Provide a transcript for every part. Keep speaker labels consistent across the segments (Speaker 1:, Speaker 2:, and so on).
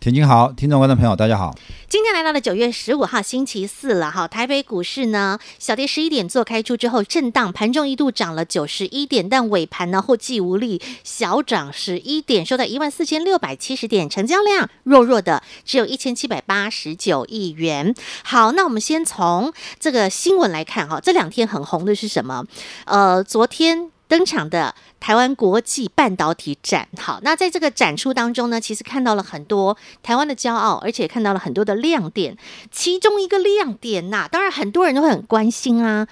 Speaker 1: 田青好，听众观众朋友，大 家好。
Speaker 2: 今天来到了九月十五号星期四了哈，台北股市呢小跌十一点做开出之后震荡，盘中一度涨了九十一点，但尾盘呢后继无力，小涨十一点，收在一万四千六百七十点，成交量弱弱的，只有一千七百八十九亿元。好，那我们先从这个新闻来看哈，这两天很红的是什么？呃，昨天登场的台湾国际半导体展。好，那在这个展出当中呢，其实看到了很多台湾的骄傲，而且看到了很多的亮点。其中一个亮点呐、当然很多人都会很关心啊。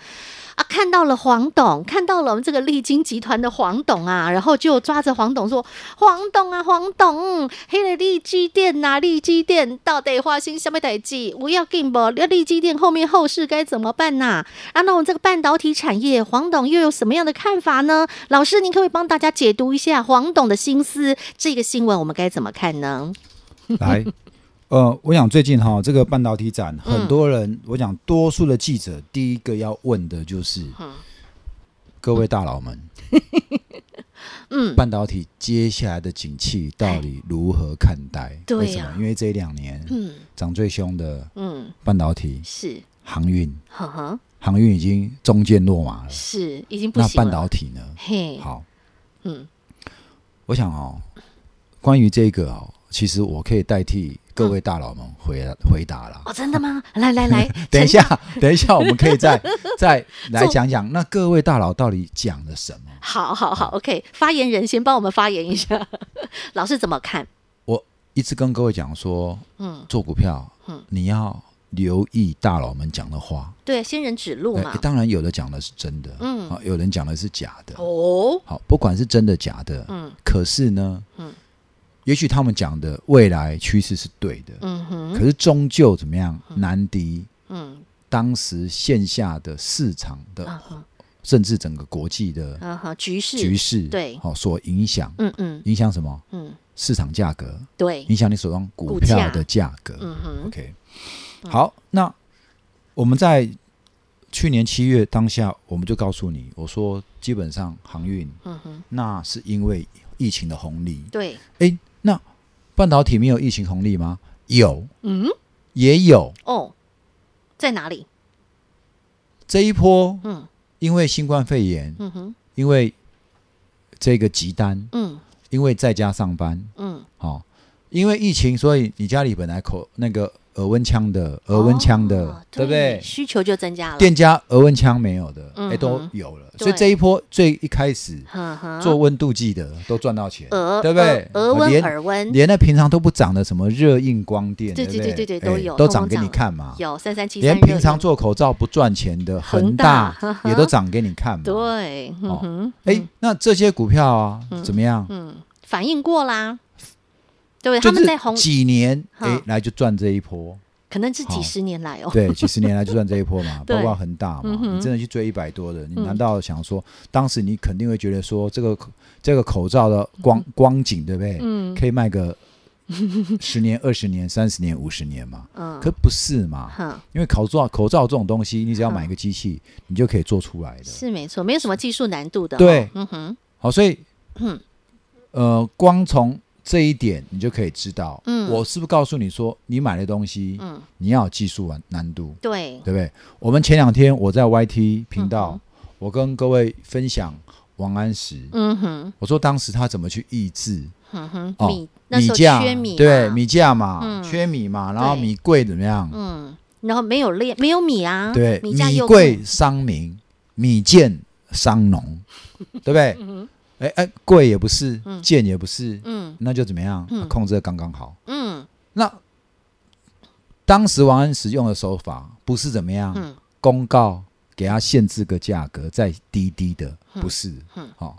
Speaker 2: 啊，看到了黄董，看到了我们这个丽晶集团的黄董啊，然后就抓着黄董说：“黄董啊，黄董，黑了利基电呐、利基电到底花心什么代志？我要进不？那利基电后面后事该怎么办呐、啊，那我们这个半导体产业，黄董又有什么样的看法呢？老师，您可不可以帮大家解读一下黄董的心思？这个新闻我们该怎么看呢？
Speaker 1: 来，呃，我想最近哈、这个半导体展，
Speaker 2: 嗯
Speaker 1: 很多人，我想多数的记者第一个要问的就是，各位大佬们，
Speaker 2: 嗯，
Speaker 1: 半导体接下来的景气到底如何看待？
Speaker 2: 对
Speaker 1: 为什
Speaker 2: 呀
Speaker 1: 么？因为这两年
Speaker 2: 嗯
Speaker 1: 涨最凶的
Speaker 2: 嗯，
Speaker 1: 半导体、
Speaker 2: 是，
Speaker 1: 航运，
Speaker 2: 呵呵，
Speaker 1: 航运已经中间落马了，
Speaker 2: 是，已经不
Speaker 1: 那
Speaker 2: 行
Speaker 1: 半
Speaker 2: 了。
Speaker 1: 导体呢？
Speaker 2: 嘿，
Speaker 1: 好，
Speaker 2: 嗯，
Speaker 1: 我想哦，关于这个哦，其实我可以代替各位大佬们回答回答啦。，
Speaker 2: 哦，真的吗？来来来
Speaker 1: 等一
Speaker 2: 陈
Speaker 1: 下，等一下，我们可 以再再来讲讲，那各位大佬到底讲了什么？
Speaker 2: 好好好，OK，发言人先帮我们发言一下， 老师怎么看？
Speaker 1: 我一直跟各位讲说，
Speaker 2: 嗯，
Speaker 1: 做股票，
Speaker 2: 嗯
Speaker 1: 你要留意大佬们讲的话。
Speaker 2: 对，啊仙人指路嘛
Speaker 1: 哎，当然，有的讲的是真的，
Speaker 2: 嗯
Speaker 1: 啊，有人讲的是假的。
Speaker 2: 哦，
Speaker 1: 好，不管是真的假的，
Speaker 2: 嗯
Speaker 1: 可是呢，
Speaker 2: 嗯
Speaker 1: 也许他们讲的未来趋势是对的，
Speaker 2: 嗯哼，
Speaker 1: 可是终究怎么样，难敌
Speaker 2: 嗯
Speaker 1: 当时线下的市场
Speaker 2: 啊
Speaker 1: 的，
Speaker 2: 哈
Speaker 1: 甚至整个国际的
Speaker 2: 啊哈，局势，
Speaker 1: 局势，
Speaker 2: 对
Speaker 1: 好所影响，
Speaker 2: 嗯嗯
Speaker 1: 影响什么？
Speaker 2: 嗯，
Speaker 1: 市场价格，
Speaker 2: 对，
Speaker 1: 影响你手上股
Speaker 2: 股
Speaker 1: 票
Speaker 2: 价
Speaker 1: 的价格。
Speaker 2: 嗯哼，
Speaker 1: OK，好，那我们在去年七月当下，我们就告诉你，我说基本上航运
Speaker 2: 嗯哼，
Speaker 1: 那是因为疫情的红利，
Speaker 2: 对，
Speaker 1: 诶，那半导体没有疫情红利吗？有，
Speaker 2: 嗯
Speaker 1: 也有。
Speaker 2: 哦，在哪里？
Speaker 1: 这一波
Speaker 2: 嗯
Speaker 1: 因为新冠肺炎，
Speaker 2: 嗯哼，
Speaker 1: 因为这个急单，
Speaker 2: 嗯
Speaker 1: 因为在家上班，
Speaker 2: 嗯，
Speaker 1: 哦，因为疫情，所以你家里本来口那个额温枪的，额温枪的，
Speaker 2: 哦
Speaker 1: 对不对？
Speaker 2: 需求就增加了，
Speaker 1: 店家额温枪没有的，
Speaker 2: 嗯哼
Speaker 1: 哎、都有了，
Speaker 2: 对
Speaker 1: 所以这一波最一开始
Speaker 2: 呵呵，
Speaker 1: 做温度计的都赚到钱，
Speaker 2: 额
Speaker 1: 对不对？
Speaker 2: 额额温、
Speaker 1: 连
Speaker 2: 耳温
Speaker 1: 连那平常都不涨的什么热映光电，
Speaker 2: 对
Speaker 1: 不
Speaker 2: 对对对对
Speaker 1: 哎
Speaker 2: 都有通
Speaker 1: 都
Speaker 2: 通
Speaker 1: 涨给你
Speaker 2: 涨
Speaker 1: 看嘛。
Speaker 2: 有三三七三
Speaker 1: 连
Speaker 2: 热点，
Speaker 1: 平常做口罩不赚钱的
Speaker 2: 恒
Speaker 1: 恒
Speaker 2: 大
Speaker 1: 大也都涨给你看嘛。
Speaker 2: 对，嗯
Speaker 1: 哦
Speaker 2: 哼，
Speaker 1: 哎，那这些股票啊，怎么样？
Speaker 2: 嗯，反应过啦，对不对？
Speaker 1: 就
Speaker 2: 他们
Speaker 1: 是
Speaker 2: 在红，
Speaker 1: 几年，哎
Speaker 2: 嗯，
Speaker 1: 来就赚这一波。
Speaker 2: 可能是几
Speaker 1: 好
Speaker 2: 十年来哦。
Speaker 1: 对，几十年来就赚这一 波嘛，
Speaker 2: 对
Speaker 1: 包括恒大嘛
Speaker 2: 嗯。哼
Speaker 1: 你真的去追一百多的，你
Speaker 2: 嗯
Speaker 1: 难道想说，当时你肯定会觉得说，这个这个口罩的光光景，对不对？
Speaker 2: 嗯
Speaker 1: 可以 卖个十年、二十年、三十年、五十年嘛？
Speaker 2: 嗯，
Speaker 1: 可不是嘛，
Speaker 2: 哼，
Speaker 1: 因为口罩口罩这种东西，你只要买一个机器，
Speaker 2: 嗯
Speaker 1: 你就可以做出来的。
Speaker 2: 是没错，没有什么技术难度的。
Speaker 1: 对，
Speaker 2: 嗯哼，
Speaker 1: 好，所以，
Speaker 2: 嗯
Speaker 1: 呃，光从这一点你就可以知道，
Speaker 2: 嗯
Speaker 1: 我是不是告诉你说，你买的东西，
Speaker 2: 嗯，
Speaker 1: 你要有技术难难度，
Speaker 2: 对，
Speaker 1: 对不对？我们前两天我在 YT 频
Speaker 2: 嗯
Speaker 1: 道，我跟各位分享王安石，
Speaker 2: 嗯哼，
Speaker 1: 我说当时他怎么去抑制
Speaker 2: 嗯哼，
Speaker 1: 哦
Speaker 2: 米那时候
Speaker 1: 价
Speaker 2: 缺米，啊
Speaker 1: 对，，米价嘛，
Speaker 2: 嗯
Speaker 1: 缺米嘛，然后
Speaker 2: 对
Speaker 1: 米贵怎么样？
Speaker 2: 嗯，然后没有炼，没有米啊，
Speaker 1: 对，
Speaker 2: 米价又
Speaker 1: 贵，伤民，米贱伤 农，对不对？哎哎，贵也不是，贱也不是，
Speaker 2: 嗯
Speaker 1: 那就怎么样？
Speaker 2: 嗯
Speaker 1: 控制的刚刚好。
Speaker 2: 嗯
Speaker 1: 那当时王安石用的手法不是怎么样，
Speaker 2: 嗯
Speaker 1: 公告给他限制个价格再低低的，
Speaker 2: 嗯
Speaker 1: 不是
Speaker 2: 嗯。
Speaker 1: 好、哦，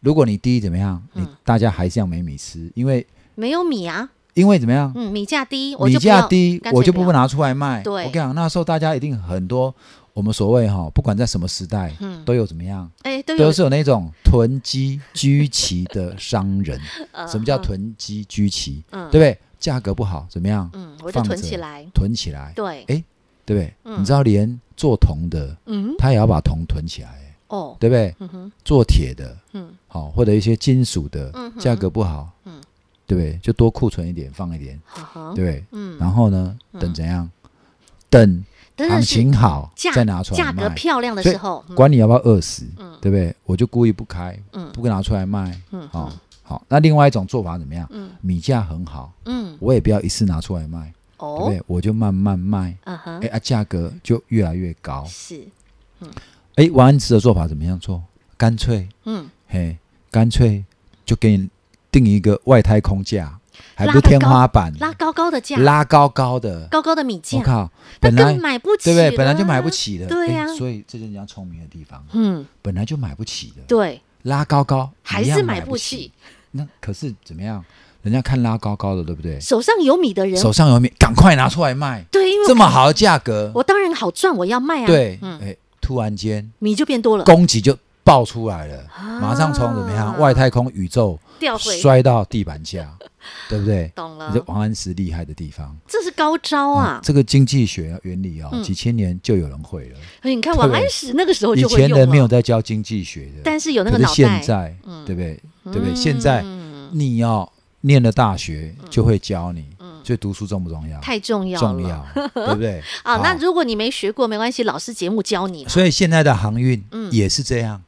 Speaker 1: 如果你低怎么样，你
Speaker 2: 嗯
Speaker 1: 大家还是要没米吃，因为
Speaker 2: 没有米啊，
Speaker 1: 因为怎么样？
Speaker 2: 嗯，米价低，我
Speaker 1: 米
Speaker 2: 就不
Speaker 1: 价
Speaker 2: 要
Speaker 1: 低
Speaker 2: 干，脆
Speaker 1: 我就
Speaker 2: 不
Speaker 1: 不
Speaker 2: 要
Speaker 1: 拿出来卖。
Speaker 2: 对
Speaker 1: 我跟你讲，那时候大家一定很多我们所谓哈，不管在什么时代，
Speaker 2: 嗯
Speaker 1: 都有怎么样，
Speaker 2: 哎，都有
Speaker 1: 都是有那种囤积居奇的商人。
Speaker 2: 呃
Speaker 1: 什么叫
Speaker 2: 嗯
Speaker 1: 囤积居奇？
Speaker 2: 嗯
Speaker 1: 对不对？价格不好怎么样？
Speaker 2: 嗯，我就
Speaker 1: 放
Speaker 2: 囤
Speaker 1: 着
Speaker 2: 起来，
Speaker 1: 囤起来，
Speaker 2: 对，
Speaker 1: 对不对？
Speaker 2: 嗯
Speaker 1: 你知道连做铜的，
Speaker 2: 嗯，
Speaker 1: 他也要把铜囤起来，哎
Speaker 2: 哦，
Speaker 1: 对不对？
Speaker 2: 嗯哼，
Speaker 1: 做铁的，
Speaker 2: 嗯，
Speaker 1: 好、或者一些金属的，
Speaker 2: 嗯哼
Speaker 1: 价格不好，
Speaker 2: 嗯
Speaker 1: 对不对？就多库存一点，放一点，
Speaker 2: 好好，
Speaker 1: 对不对？
Speaker 2: 嗯，
Speaker 1: 然后呢，
Speaker 2: 嗯
Speaker 1: 等怎样？等
Speaker 2: 真
Speaker 1: 行
Speaker 2: 的是
Speaker 1: 情好
Speaker 2: 价
Speaker 1: 再拿出
Speaker 2: 价
Speaker 1: 来
Speaker 2: 格
Speaker 1: 卖，
Speaker 2: 漂亮的
Speaker 1: 所以
Speaker 2: 时候，嗯
Speaker 1: 管你要不要二十、
Speaker 2: 嗯
Speaker 1: 对不对？我就故意不开，
Speaker 2: 嗯
Speaker 1: 不拿出来卖，
Speaker 2: 嗯
Speaker 1: 好、好。那另外一种做法怎么样？
Speaker 2: 嗯
Speaker 1: 米价很好，
Speaker 2: 嗯，
Speaker 1: 我也不要一次拿出来卖，对不
Speaker 2: 哦，
Speaker 1: 对？我就慢慢卖，
Speaker 2: 嗯哼
Speaker 1: 哎，啊，价格就越来越高。
Speaker 2: 是，
Speaker 1: 哎，王安石的做法怎么样做？干脆，
Speaker 2: 嗯，
Speaker 1: 嘿，干脆就给你定一个外太空价，还不是
Speaker 2: 拉得
Speaker 1: 天花板，
Speaker 2: 拉高高的价，
Speaker 1: 嗯拉高高的。
Speaker 2: 高高的米
Speaker 1: 我
Speaker 2: 价，
Speaker 1: 靠，
Speaker 2: 那
Speaker 1: 本来
Speaker 2: 更买不起，
Speaker 1: 对不对？本来就买不，起的，
Speaker 2: 对呀
Speaker 1: 哎所以这就是人家聪明的地方，
Speaker 2: 嗯，
Speaker 1: 本来就买不起的，
Speaker 2: 对，
Speaker 1: 拉高高
Speaker 2: 还
Speaker 1: 一样
Speaker 2: 是
Speaker 1: 买
Speaker 2: 不
Speaker 1: 起
Speaker 2: 起。。
Speaker 1: 那可是怎么样？人家看拉高高的，对不对？
Speaker 2: 手上有米的人，
Speaker 1: 手上有米，赶快拿出来卖，
Speaker 2: 啊对，因为
Speaker 1: 这么好的价格，
Speaker 2: 我当然好赚，我要卖啊，
Speaker 1: 对，
Speaker 2: 嗯，
Speaker 1: 哎，突然间
Speaker 2: 米就变多了，
Speaker 1: 供给就爆出来了，马上从怎么
Speaker 2: 啊
Speaker 1: 样外太空宇宙
Speaker 2: 掉回，啊
Speaker 1: 摔到地 板下，对不对？
Speaker 2: 懂了
Speaker 1: 你，嗯这王安石厉害的地方
Speaker 2: 这是高招啊！
Speaker 1: 这个经济学原理啊、
Speaker 2: 嗯
Speaker 1: 几千年就有人会了。
Speaker 2: 哎你看王
Speaker 1: 对
Speaker 2: 安石那个时候
Speaker 1: 以
Speaker 2: 就会
Speaker 1: 前
Speaker 2: 用
Speaker 1: 人
Speaker 2: 了，
Speaker 1: 没有在教经济学的，
Speaker 2: 但是有那个
Speaker 1: 可
Speaker 2: 脑
Speaker 1: 是现
Speaker 2: 袋，
Speaker 1: 在，
Speaker 2: 嗯
Speaker 1: 对不对？对不对？
Speaker 2: 嗯
Speaker 1: 现在你要念了大学就会教你，所以读书重不重要？
Speaker 2: 嗯太重要了，
Speaker 1: 重要，对不对？
Speaker 2: 啊！
Speaker 1: 好
Speaker 2: 那如果你没学过，没关系，老师节目教你。
Speaker 1: 所以现在的航运
Speaker 2: 嗯
Speaker 1: 也是这样，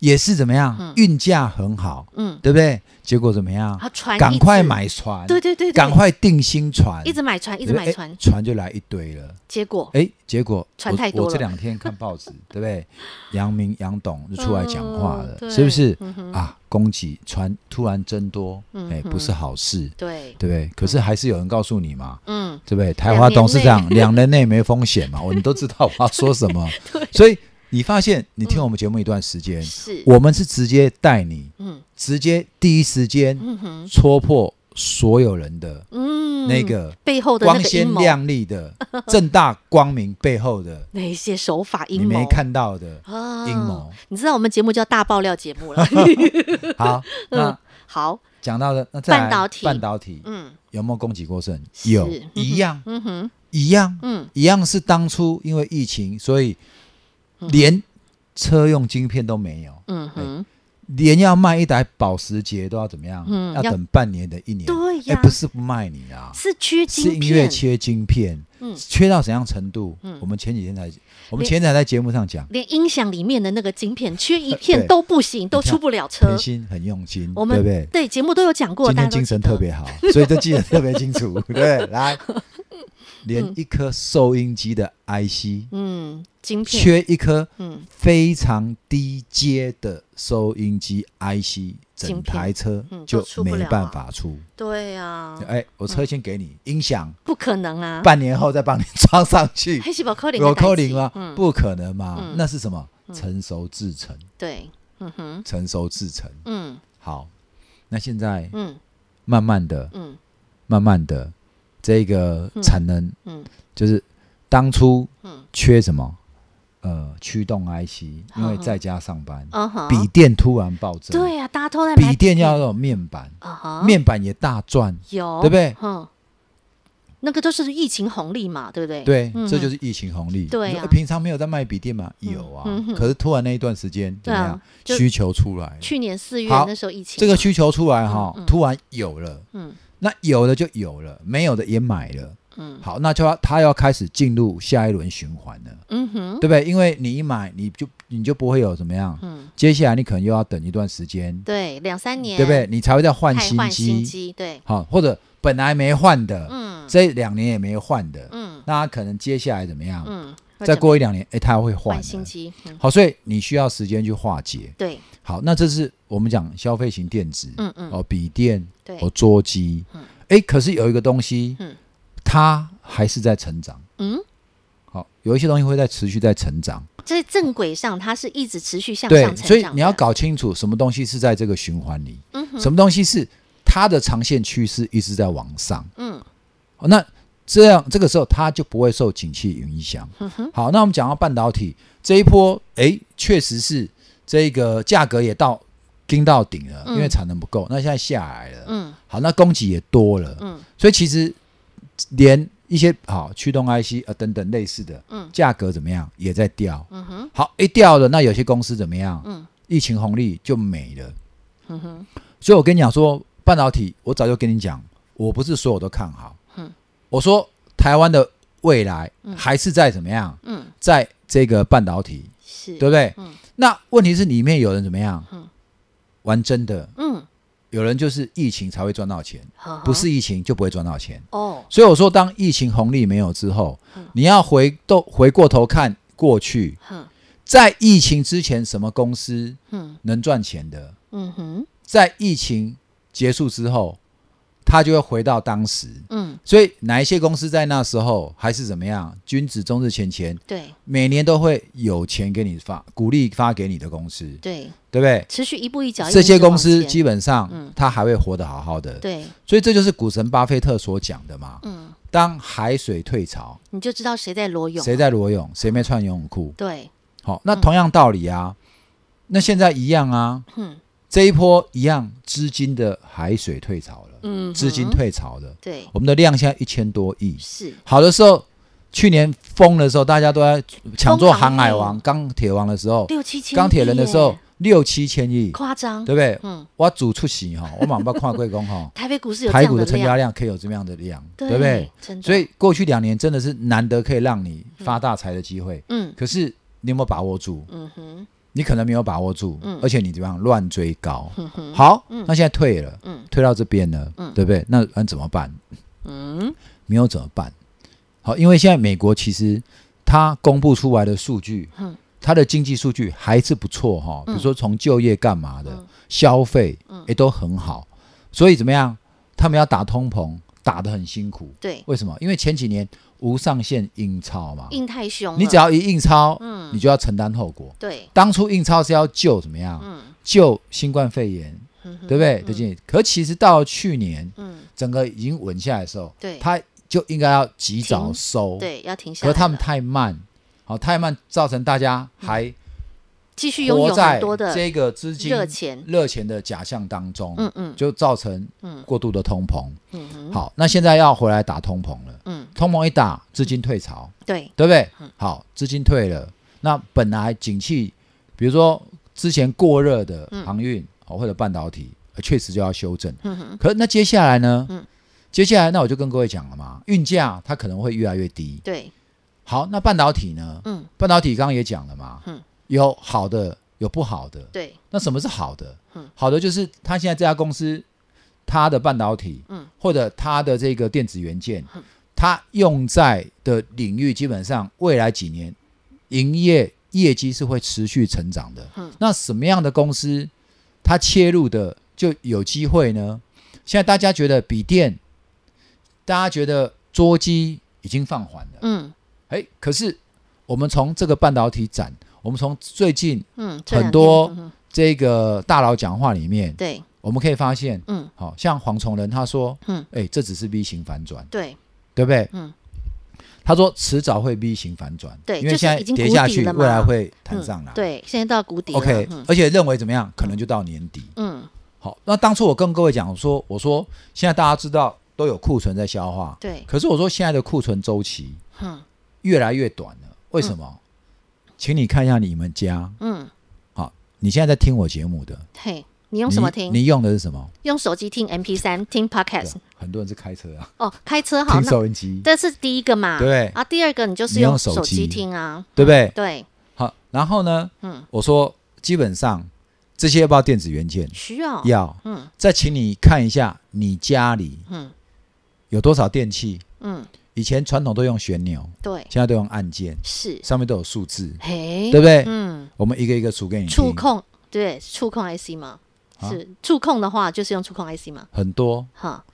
Speaker 1: 也是怎么样？运价很好，
Speaker 2: 嗯，
Speaker 1: 对不对？结果怎么样？
Speaker 2: 啊，船
Speaker 1: 赶
Speaker 2: 一
Speaker 1: 快
Speaker 2: 直，
Speaker 1: 买船，
Speaker 2: 对对对，对
Speaker 1: 赶，快订新船，
Speaker 2: 一直买船，一直
Speaker 1: 对不对
Speaker 2: 买
Speaker 1: 哎
Speaker 2: 船，
Speaker 1: 船就来一堆了。
Speaker 2: 结果
Speaker 1: 哎，结果
Speaker 2: 船
Speaker 1: 我
Speaker 2: 太多
Speaker 1: 我这
Speaker 2: 了
Speaker 1: 两天看报 纸，对不对？杨明、杨董就出来讲话
Speaker 2: 嗯对
Speaker 1: 了，是不是
Speaker 2: 嗯哼
Speaker 1: 啊？供给船突然增多
Speaker 2: 嗯，
Speaker 1: 哎，不
Speaker 2: 哼
Speaker 1: 是好事，
Speaker 2: 对，
Speaker 1: 对不对？可是还是有人告诉你嘛，
Speaker 2: 嗯，
Speaker 1: 对不对？台
Speaker 2: 两
Speaker 1: 华
Speaker 2: 年
Speaker 1: 董事
Speaker 2: 内
Speaker 1: 长两年内没风险嘛，我们都知道我要说什么，所以你发现你听我们节目一段时间，
Speaker 2: 是，
Speaker 1: 我们是直接带你，
Speaker 2: 嗯
Speaker 1: 直接第一时间
Speaker 2: 嗯哼，
Speaker 1: 戳破所有人的
Speaker 2: 嗯，
Speaker 1: 那个
Speaker 2: 背后的那
Speaker 1: 光
Speaker 2: 个阴
Speaker 1: 鲜
Speaker 2: 谋，
Speaker 1: 亮丽 的、正大光明背后的
Speaker 2: 那一些手法
Speaker 1: 你
Speaker 2: 阴谋，
Speaker 1: 没看 到的
Speaker 2: 啊
Speaker 1: 阴谋。
Speaker 2: 你知道我们节目叫大爆料节目 了，
Speaker 1: 好，那
Speaker 2: 好，
Speaker 1: 讲到了，那
Speaker 2: 嗯
Speaker 1: 再来
Speaker 2: 半导体
Speaker 1: 半导体
Speaker 2: 嗯
Speaker 1: 有没有供给过剩？
Speaker 2: 是
Speaker 1: 有
Speaker 2: 嗯，哼
Speaker 1: 一样，
Speaker 2: 嗯哼，
Speaker 1: 一样，
Speaker 2: 嗯
Speaker 1: 一样是当初因为疫情，所以连车用晶片都没有。
Speaker 2: 嗯
Speaker 1: 哎
Speaker 2: 哼，
Speaker 1: 连要卖一台保时捷都要怎么样？
Speaker 2: 嗯
Speaker 1: 要
Speaker 2: 要
Speaker 1: 等半年的一年。
Speaker 2: 对
Speaker 1: 哎
Speaker 2: 呀
Speaker 1: 不是不卖你啊，
Speaker 2: 是缺
Speaker 1: 是
Speaker 2: 晶
Speaker 1: 因为
Speaker 2: 片，
Speaker 1: 缺晶片，
Speaker 2: 嗯
Speaker 1: 缺到怎样程度？
Speaker 2: 嗯
Speaker 1: 我们前几天才，我们前几天在节目上讲，
Speaker 2: 连音响里面的那个晶片缺一片
Speaker 1: 对
Speaker 2: 都不行，都
Speaker 1: 你看
Speaker 2: 出不了车
Speaker 1: 很。心很用心，
Speaker 2: 我们
Speaker 1: 对不对？
Speaker 2: 节目都有讲过，
Speaker 1: 今
Speaker 2: 大
Speaker 1: 天
Speaker 2: 家都
Speaker 1: 精神
Speaker 2: 记得
Speaker 1: 特别好，所以都记得特别清楚，对 不对？来，
Speaker 2: 嗯
Speaker 1: 连一颗收音机的 IC，
Speaker 2: 嗯，晶片
Speaker 1: 缺一颗
Speaker 2: 嗯
Speaker 1: 非常低阶的收音机 IC，
Speaker 2: 晶片
Speaker 1: 整台车
Speaker 2: 嗯都
Speaker 1: 就
Speaker 2: 出不
Speaker 1: 没
Speaker 2: 了啊
Speaker 1: 办法出。
Speaker 2: 对啊，
Speaker 1: 哎，我车先给你，音响
Speaker 2: 不可能啊，
Speaker 1: 半年后再帮你装上去，
Speaker 2: 黑细胞扣零
Speaker 1: 有扣零
Speaker 2: 了，
Speaker 1: 啊吗？
Speaker 2: 嗯，
Speaker 1: 不可能嘛
Speaker 2: 嗯，
Speaker 1: 那是什么？成熟制成，
Speaker 2: 对，嗯哼，
Speaker 1: 成熟制成。
Speaker 2: 嗯
Speaker 1: 好，那现在
Speaker 2: 嗯
Speaker 1: 慢慢的、
Speaker 2: 嗯
Speaker 1: 慢慢的，这个产能
Speaker 2: 嗯
Speaker 1: 就是当初
Speaker 2: 嗯
Speaker 1: 缺什么？呃，驱动 IC，因为
Speaker 2: 嗯
Speaker 1: 在家上班，
Speaker 2: 嗯哼，
Speaker 1: 笔电突然暴增，
Speaker 2: 对啊，大家都在买
Speaker 1: 笔电要有面板，
Speaker 2: 啊哈，
Speaker 1: 面板也大赚，
Speaker 2: 有
Speaker 1: 对不对
Speaker 2: 嗯，那个都是疫情红利嘛，对不对？
Speaker 1: 对，
Speaker 2: 嗯
Speaker 1: 这
Speaker 2: 哼
Speaker 1: 就是疫情红利。
Speaker 2: 对
Speaker 1: 你
Speaker 2: 啊
Speaker 1: 说欸平常没有在卖笔电吗？有啊
Speaker 2: 嗯哼，
Speaker 1: 可是突然那一段时间怎么
Speaker 2: 对
Speaker 1: 样
Speaker 2: 啊？就
Speaker 1: 需求出来，
Speaker 2: 去年四月
Speaker 1: 好
Speaker 2: 那时候疫情，
Speaker 1: 这个需求出来哈
Speaker 2: 嗯嗯，
Speaker 1: 突然有了，
Speaker 2: 嗯
Speaker 1: 那有的就有了，没有的也买了。
Speaker 2: 嗯
Speaker 1: 好，那就要他要开始进入下一轮循环了，
Speaker 2: 嗯哼
Speaker 1: 对不对？因为你一买，你就你就不会有怎么样，
Speaker 2: 嗯，
Speaker 1: 接下来你可能又要等一段时间，
Speaker 2: 对，两三年
Speaker 1: 对不对？？你才会再换
Speaker 2: 太
Speaker 1: 新
Speaker 2: 换新
Speaker 1: 机，
Speaker 2: 机，对，
Speaker 1: 好，或者本来没换的，
Speaker 2: 嗯
Speaker 1: 这两年也没换的，
Speaker 2: 嗯
Speaker 1: 那他可能接下来怎么样？
Speaker 2: 嗯，
Speaker 1: 再过一两年，哎，他会换
Speaker 2: 换
Speaker 1: 的
Speaker 2: 新机，嗯
Speaker 1: 好，所以你需要时间去化解。
Speaker 2: 对，
Speaker 1: 好，那这是我们讲消费型电子，
Speaker 2: 嗯嗯
Speaker 1: 哦，笔电，
Speaker 2: 对
Speaker 1: 哦，桌机，
Speaker 2: 嗯
Speaker 1: 哎，可是有一个东西，
Speaker 2: 嗯
Speaker 1: 它还是在成长。
Speaker 2: 嗯，
Speaker 1: 好，有一些东西会在持续在成长，
Speaker 2: 在正轨上，它是一直持续向
Speaker 1: 对
Speaker 2: 上，成长
Speaker 1: 所以你要
Speaker 2: 的，
Speaker 1: 搞清楚什么东西是在这个循环里，
Speaker 2: 嗯哼
Speaker 1: 什么东西是它的长线趋势一直在往上。
Speaker 2: 嗯
Speaker 1: 哦那这样这个时候它就不会受景气影响。
Speaker 2: 嗯
Speaker 1: 好，那我们讲到半导体这一波，诶，确实是这个价格也到盯到顶了，因为产能不够，那现在下来了，
Speaker 2: 嗯
Speaker 1: 好，那供给也多了，
Speaker 2: 嗯
Speaker 1: 所以其实连一些好驱动 IC 呃等等类似的，
Speaker 2: 嗯
Speaker 1: 价格怎么样也在掉。
Speaker 2: 嗯哼
Speaker 1: 好，一掉了，那有些公司怎么样？
Speaker 2: 嗯
Speaker 1: 疫情红利就没了。
Speaker 2: 嗯哼
Speaker 1: 所以我跟你讲说，半导体，我早就跟你讲，我不是所有都看好。
Speaker 2: 嗯
Speaker 1: 我说台湾的未来
Speaker 2: 嗯
Speaker 1: 还是在怎么样，
Speaker 2: 嗯
Speaker 1: 在这个半导体，
Speaker 2: 是
Speaker 1: 对不对？
Speaker 2: 嗯
Speaker 1: 那问题是里面有人怎么样？
Speaker 2: 嗯
Speaker 1: 玩真的，
Speaker 2: 嗯
Speaker 1: 有人就是疫情才会赚到钱，
Speaker 2: 呵呵
Speaker 1: 不是疫情就不会赚到钱。
Speaker 2: 哦
Speaker 1: 所以我说，当疫情红利没有之后，
Speaker 2: 嗯
Speaker 1: 你要回都回过头看过去，
Speaker 2: 哼
Speaker 1: 在疫情之前，什么公司
Speaker 2: 嗯
Speaker 1: 能赚钱的？
Speaker 2: 嗯哼
Speaker 1: 在疫情结束之后，它就会回到当时。
Speaker 2: 嗯
Speaker 1: 所以哪一些公司在那时候还是怎么样？均值中日前前
Speaker 2: 对
Speaker 1: 每年都会有钱给你发鼓励发给你的公司，
Speaker 2: 对
Speaker 1: 对不对？
Speaker 2: 持续一步一脚印
Speaker 1: 这些
Speaker 2: 一直往
Speaker 1: 公司
Speaker 2: 前
Speaker 1: 基本上
Speaker 2: 嗯
Speaker 1: 它还会活得好好的。
Speaker 2: 对
Speaker 1: 所以这就是股神巴菲特所讲的嘛。
Speaker 2: 嗯
Speaker 1: 当海水退潮，
Speaker 2: 你就知道谁在裸泳啊
Speaker 1: 谁在裸泳，谁没穿游泳裤？
Speaker 2: 对
Speaker 1: 好、那同样道理啊，那现在一样啊，
Speaker 2: 嗯
Speaker 1: 这一波一样资金的海水退潮了，
Speaker 2: 嗯
Speaker 1: 资金
Speaker 2: 哼
Speaker 1: 退潮了，
Speaker 2: 对
Speaker 1: 我们的量现在一千多亿。
Speaker 2: 是
Speaker 1: 好的时候，去年疯的时候，大家都在抢做航海王、
Speaker 2: 疯
Speaker 1: 钢铁王的时候，
Speaker 2: 六七千
Speaker 1: 哦钢铁人的时候
Speaker 2: 亿耶
Speaker 1: 六七千亿，
Speaker 2: 夸张
Speaker 1: 对不对？
Speaker 2: 嗯，
Speaker 1: 我主出席哈，我马上看贵公哈
Speaker 2: 台北股市有这
Speaker 1: 台
Speaker 2: 样
Speaker 1: 股的成交
Speaker 2: 量
Speaker 1: 量可以有这么样的量，
Speaker 2: 对
Speaker 1: 对不对？
Speaker 2: 真的
Speaker 1: 所以过去两年真的是难得可以让你发大财的机会，
Speaker 2: 嗯
Speaker 1: 可是你有没有把握住？
Speaker 2: 嗯哼
Speaker 1: 你可能没有把握住，
Speaker 2: 嗯
Speaker 1: 而且你怎么样乱追高？
Speaker 2: 嗯哼
Speaker 1: 好，
Speaker 2: 嗯
Speaker 1: 那现在退了，
Speaker 2: 嗯
Speaker 1: 退到这边了，
Speaker 2: 嗯
Speaker 1: 对不对？那那怎么办？
Speaker 2: 嗯
Speaker 1: 没有怎么办？好，因为现在美国其实它公布出来的数据，
Speaker 2: 嗯
Speaker 1: 它的经济数据还是不错哈、比如说从就业干嘛的、
Speaker 2: 嗯
Speaker 1: 消费
Speaker 2: 嗯，
Speaker 1: 也都很好，所以怎么样？他们要打通膨，打得很辛苦。
Speaker 2: 对
Speaker 1: 为什么？因为前几年无上限印钞嘛，
Speaker 2: 印太凶了
Speaker 1: 你只要一印钞，
Speaker 2: 嗯
Speaker 1: 你就要承担后果。
Speaker 2: 对
Speaker 1: 当初印钞是要救怎么样？
Speaker 2: 嗯
Speaker 1: 救新冠肺炎，
Speaker 2: 嗯哼
Speaker 1: 对不对？的经济，可其实到去年
Speaker 2: 嗯
Speaker 1: 整个已经稳下来的时候，
Speaker 2: 对
Speaker 1: 它就应该要及早
Speaker 2: 停
Speaker 1: 收，
Speaker 2: 对要停下
Speaker 1: 可
Speaker 2: 来
Speaker 1: 是他们
Speaker 2: 了嗯
Speaker 1: 太慢，好、太慢，造成大家还
Speaker 2: 继续拥
Speaker 1: 活
Speaker 2: 有
Speaker 1: 在
Speaker 2: 很多的
Speaker 1: 这个资金
Speaker 2: 热钱
Speaker 1: 热钱的假象当中，
Speaker 2: 嗯嗯
Speaker 1: 就造成
Speaker 2: 嗯
Speaker 1: 过度的通膨。
Speaker 2: 嗯哼
Speaker 1: 好，那现在要回来打通膨了，
Speaker 2: 嗯
Speaker 1: 通膨一打，资金退潮，
Speaker 2: 对
Speaker 1: 对不对？
Speaker 2: 嗯
Speaker 1: 好，资金退了，那本来景气，比如说之前过热的航运、哦或者半导体，呃确实就要修正。
Speaker 2: 嗯哼
Speaker 1: 可那接下来呢？
Speaker 2: 嗯
Speaker 1: 接下来那我就跟各位讲了嘛，运价它可能会越来越低。
Speaker 2: 对
Speaker 1: 好，那半导体呢？
Speaker 2: 嗯
Speaker 1: 半导体刚刚也讲了嘛，
Speaker 2: 嗯
Speaker 1: 有好的，有不好的。
Speaker 2: 对
Speaker 1: 那什么是好的？
Speaker 2: 嗯
Speaker 1: 好的就是它现在这家公司，它的半导体，
Speaker 2: 嗯
Speaker 1: 或者它的这个电子元件，它用在的领域，基本上未来几年营业业绩是会持续成长的。
Speaker 2: 嗯
Speaker 1: 那什么样的公司，它切入的就有机会呢？现在大家觉得笔电，大家觉得桌机已经放缓了，
Speaker 2: 嗯
Speaker 1: 哎、可是我们从这个半导体展，我们从最近
Speaker 2: 嗯这
Speaker 1: 很
Speaker 2: 两
Speaker 1: 多
Speaker 2: 天嗯哼
Speaker 1: 这个大佬讲话里面，
Speaker 2: 对
Speaker 1: 我们可以发现，
Speaker 2: 嗯
Speaker 1: 好、像黄崇仁他说，
Speaker 2: 嗯，
Speaker 1: 哎，这只是 V 型反转，
Speaker 2: 对
Speaker 1: 对不对？
Speaker 2: 嗯，
Speaker 1: 他说迟早会 V 型反转，
Speaker 2: 对
Speaker 1: 因为
Speaker 2: 就是
Speaker 1: 现在
Speaker 2: 已经
Speaker 1: 跌
Speaker 2: 谷
Speaker 1: 下
Speaker 2: 底
Speaker 1: 去，
Speaker 2: 了嘛
Speaker 1: 未来会弹
Speaker 2: 嗯
Speaker 1: 上来。
Speaker 2: 对现在到谷底了
Speaker 1: OK，
Speaker 2: 嗯
Speaker 1: 而且认为怎么样，可能就到年底。
Speaker 2: 嗯
Speaker 1: 好，那当初我跟各位讲说，我说现在大家知道都有库存在消化，
Speaker 2: 对
Speaker 1: 可是我说现在的库存周期
Speaker 2: 嗯
Speaker 1: 越来越短了，为什么？请你看一下你们家，
Speaker 2: 嗯
Speaker 1: 你现在在听我节目的，
Speaker 2: 嘿你用什么听
Speaker 1: 你？你用的是什么？
Speaker 2: 用手机听 MP 三听
Speaker 1: 对
Speaker 2: Podcast
Speaker 1: 啊很多人是开车啊，
Speaker 2: 哦开车好
Speaker 1: 听
Speaker 2: 那
Speaker 1: 收音机，
Speaker 2: 这是第一个嘛
Speaker 1: 对
Speaker 2: 啊第二个你就是
Speaker 1: 你用
Speaker 2: 用
Speaker 1: 手
Speaker 2: 手机
Speaker 1: 机
Speaker 2: 听啊
Speaker 1: 对不对？
Speaker 2: 对
Speaker 1: 好，然后呢，
Speaker 2: 嗯
Speaker 1: 我说基本上这些要不要电子元件？
Speaker 2: 需要
Speaker 1: 要，
Speaker 2: 嗯
Speaker 1: 再请你看一下你家里
Speaker 2: 嗯
Speaker 1: 有多少电器。
Speaker 2: 嗯
Speaker 1: 以前传统都用旋钮，
Speaker 2: 对
Speaker 1: 现在都用按键，
Speaker 2: 是
Speaker 1: 上面都有数字，
Speaker 2: 嘿
Speaker 1: 对不对？
Speaker 2: 嗯。
Speaker 1: 我们一个一个数给你听
Speaker 2: 触控对触控 IC 嘛，
Speaker 1: 啊
Speaker 2: 是触控的话就是用触控 IC 嘛，
Speaker 1: 很多，
Speaker 2: 哈，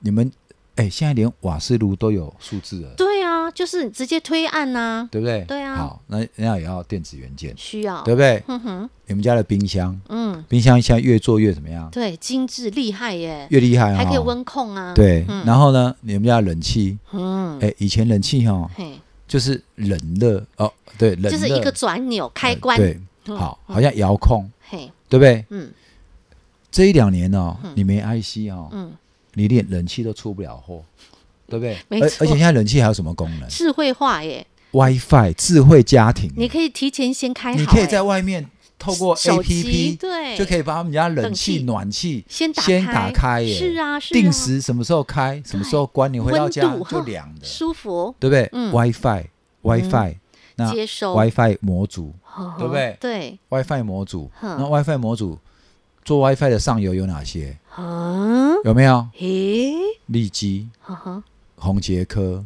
Speaker 1: 你们哎，现在连瓦斯炉都有数字了，
Speaker 2: 对啊，就是直接推按呐、
Speaker 1: 对不对？
Speaker 2: 对啊
Speaker 1: 好，那那也要电子元件，
Speaker 2: 需要，
Speaker 1: 对不对？
Speaker 2: 嗯哼，
Speaker 1: 你们家的冰箱，
Speaker 2: 嗯，
Speaker 1: 冰箱现在越做越怎么样？
Speaker 2: 对，精致厉害耶，
Speaker 1: 越厉害啊、
Speaker 2: 还可以温控啊。
Speaker 1: 对，
Speaker 2: 嗯
Speaker 1: 然后呢，你们家冷气，
Speaker 2: 嗯，
Speaker 1: 哎，以前冷气哈、
Speaker 2: 嘿，
Speaker 1: 就是冷热哦，对，冷热哎
Speaker 2: 就是一个转钮开关，
Speaker 1: 对，
Speaker 2: 嗯
Speaker 1: 好，好像遥控，
Speaker 2: 嘿，
Speaker 1: 对不对？
Speaker 2: 嗯
Speaker 1: 这一两年哦，
Speaker 2: 嗯
Speaker 1: 你没 IC 哦，
Speaker 2: 嗯，
Speaker 1: 你连冷气都出不了货，对不对？
Speaker 2: 没
Speaker 1: 而
Speaker 2: 错
Speaker 1: 而且现在冷气还有什么功能
Speaker 2: 智慧化耶，
Speaker 1: ？WiFi 智慧家庭，
Speaker 2: 你可以提前先开好耶，欸
Speaker 1: 你可以在外面透过
Speaker 2: 手机
Speaker 1: APP
Speaker 2: 对，
Speaker 1: 就可
Speaker 2: 以
Speaker 1: 以把他们家冷
Speaker 2: 冷
Speaker 1: 气、
Speaker 2: 气
Speaker 1: 暖气
Speaker 2: 先打
Speaker 1: 先打开耶，
Speaker 2: 是啊，是啊
Speaker 1: 定时什么时候开，什么时候关，你回到家
Speaker 2: 温度哈
Speaker 1: 就凉的，
Speaker 2: 舒服，
Speaker 1: 对不对
Speaker 2: 嗯
Speaker 1: ？WiFi WiFi 那
Speaker 2: 接收
Speaker 1: WiFi 模组
Speaker 2: 呵呵
Speaker 1: 对不对
Speaker 2: 对，
Speaker 1: WiFi 模组，
Speaker 2: 嗯
Speaker 1: 那 WiFi 模组做 WiFi 的上游有哪些？
Speaker 2: 嗯，
Speaker 1: 有没有
Speaker 2: 诶，
Speaker 1: 利基、
Speaker 2: 呵呵
Speaker 1: 红杰科、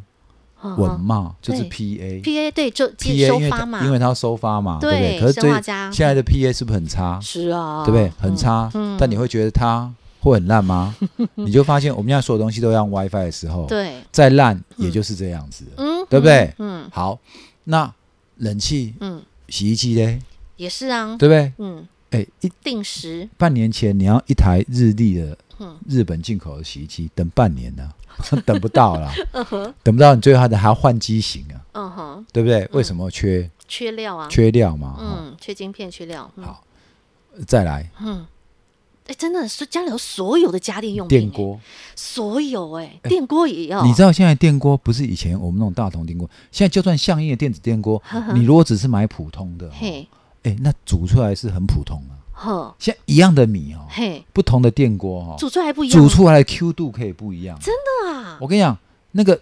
Speaker 2: 呵呵
Speaker 1: 文茂，就
Speaker 2: 嗯
Speaker 1: 是
Speaker 2: 对
Speaker 1: PA。
Speaker 2: P A 对，就
Speaker 1: PA
Speaker 2: 接收
Speaker 1: 因为
Speaker 2: 发嘛
Speaker 1: 它，因为它要收发嘛，对不
Speaker 2: 对
Speaker 1: 对？可是
Speaker 2: 生
Speaker 1: 对
Speaker 2: 化家
Speaker 1: 现在的 PA 是不是很差？
Speaker 2: 是啊，
Speaker 1: 对不对？很差
Speaker 2: 嗯，
Speaker 1: 但你会觉得它会很 烂吗？你就发现我们现在所有东西都要用 WiFi 的时候，
Speaker 2: 嗯对，
Speaker 1: 再烂也就是这样子了。
Speaker 2: 嗯，
Speaker 1: 对不对
Speaker 2: 嗯
Speaker 1: 好，那冷气、
Speaker 2: 嗯，
Speaker 1: 洗衣机嘞，
Speaker 2: 也是啊，
Speaker 1: 对不对？
Speaker 2: 嗯，
Speaker 1: 哎，一
Speaker 2: 定时
Speaker 1: 半年前你要一台日立的
Speaker 2: 嗯
Speaker 1: 日本进口的洗衣机，等半 年呢、等不到啦，等不到，你最后还得还要换机型啊，
Speaker 2: 嗯哼，
Speaker 1: 对不对？为什么缺
Speaker 2: 缺料啊，
Speaker 1: 缺料嘛？哈，
Speaker 2: 嗯，缺晶片，缺料，嗯
Speaker 1: 好再来
Speaker 2: 嗯，哎，真的是家里有所有的家电用品，
Speaker 1: 电，锅，
Speaker 2: 所有哎，
Speaker 1: 哎
Speaker 2: 电锅也要，
Speaker 1: 你知道现在电锅不是以前我们那种大铜电锅，现在就算相应的电子电锅，你如果只是买普通的，哎，
Speaker 2: 嘿，
Speaker 1: 那煮出来是很普通啊。
Speaker 2: 呵，
Speaker 1: 现在一样的米哦，
Speaker 2: 嘿，
Speaker 1: 不同的电锅哈，
Speaker 2: 煮出来还不一样，
Speaker 1: 哦煮出来的 Q 度可以不一样。
Speaker 2: 真的啊，
Speaker 1: 我跟你讲，那个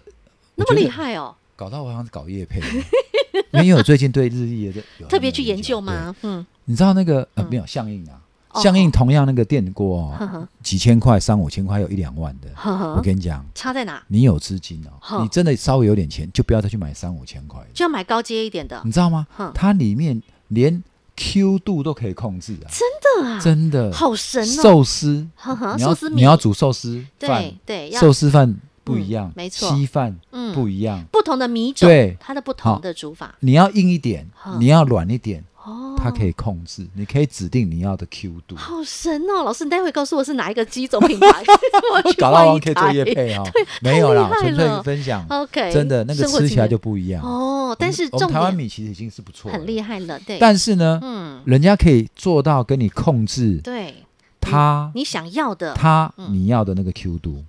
Speaker 2: 那么厉，
Speaker 1: 我觉得
Speaker 2: 害哦，
Speaker 1: 搞到我好像是搞叶配了， 因为我最近对日历的有
Speaker 2: 特别去研究
Speaker 1: 对
Speaker 2: 吗？嗯，
Speaker 1: 你知道那个呃
Speaker 2: 嗯
Speaker 1: 没有相应啊，
Speaker 2: 哦
Speaker 1: 相应同样那个电锅
Speaker 2: 呵
Speaker 1: 哦，
Speaker 2: 呵
Speaker 1: 几千块、三五千块有一两万的，
Speaker 2: 呵
Speaker 1: 我
Speaker 2: 呵，
Speaker 1: 跟你讲，
Speaker 2: 差在哪？
Speaker 1: 你有资金哦，
Speaker 2: 啊哼
Speaker 1: 你真的稍微有点钱，就不要再去买三五千块的，
Speaker 2: 就要买高阶一点的
Speaker 1: 你，知道吗
Speaker 2: 哼？
Speaker 1: 它里面连 Q 度都可以控制啊，
Speaker 2: 真的啊，
Speaker 1: 真的，
Speaker 2: 好神哦，
Speaker 1: 寿司，
Speaker 2: 呵呵，
Speaker 1: 你要
Speaker 2: 寿司米
Speaker 1: 你要煮寿司饭
Speaker 2: 对，对，要
Speaker 1: 寿司饭不一样
Speaker 2: 嗯，没错
Speaker 1: 稀饭
Speaker 2: 嗯
Speaker 1: 不一样。
Speaker 2: 不同的米种，
Speaker 1: 对
Speaker 2: 它的不同
Speaker 1: 好
Speaker 2: 的煮法
Speaker 1: 你要硬一点，
Speaker 2: 哼
Speaker 1: 你要软一点，
Speaker 2: 哦，
Speaker 1: 它可以控制，你可以指定你要的 Q 度。
Speaker 2: 好神哦！老师，你待会告诉我是哪一个机种品牌， 我去
Speaker 1: 搞
Speaker 2: 换
Speaker 1: 到
Speaker 2: 一
Speaker 1: 王可以做
Speaker 2: 台
Speaker 1: 业配哦，没有啦
Speaker 2: 太，厉害
Speaker 1: 纯粹
Speaker 2: 了
Speaker 1: 分享，
Speaker 2: OK，
Speaker 1: 真的那个
Speaker 2: 生活
Speaker 1: 吃
Speaker 2: 经
Speaker 1: 起来
Speaker 2: 验
Speaker 1: 就不一样。嗯
Speaker 2: 哦，但是
Speaker 1: 我们
Speaker 2: 重
Speaker 1: 台湾
Speaker 2: 点
Speaker 1: 米其实已经是不错，
Speaker 2: 很厉
Speaker 1: 害。
Speaker 2: 害了，对，
Speaker 1: 但是呢，
Speaker 2: 嗯，
Speaker 1: 人家可以做到跟你控制
Speaker 2: 对
Speaker 1: 它
Speaker 2: 你想要嗯的
Speaker 1: 它你要的那个 Q 度。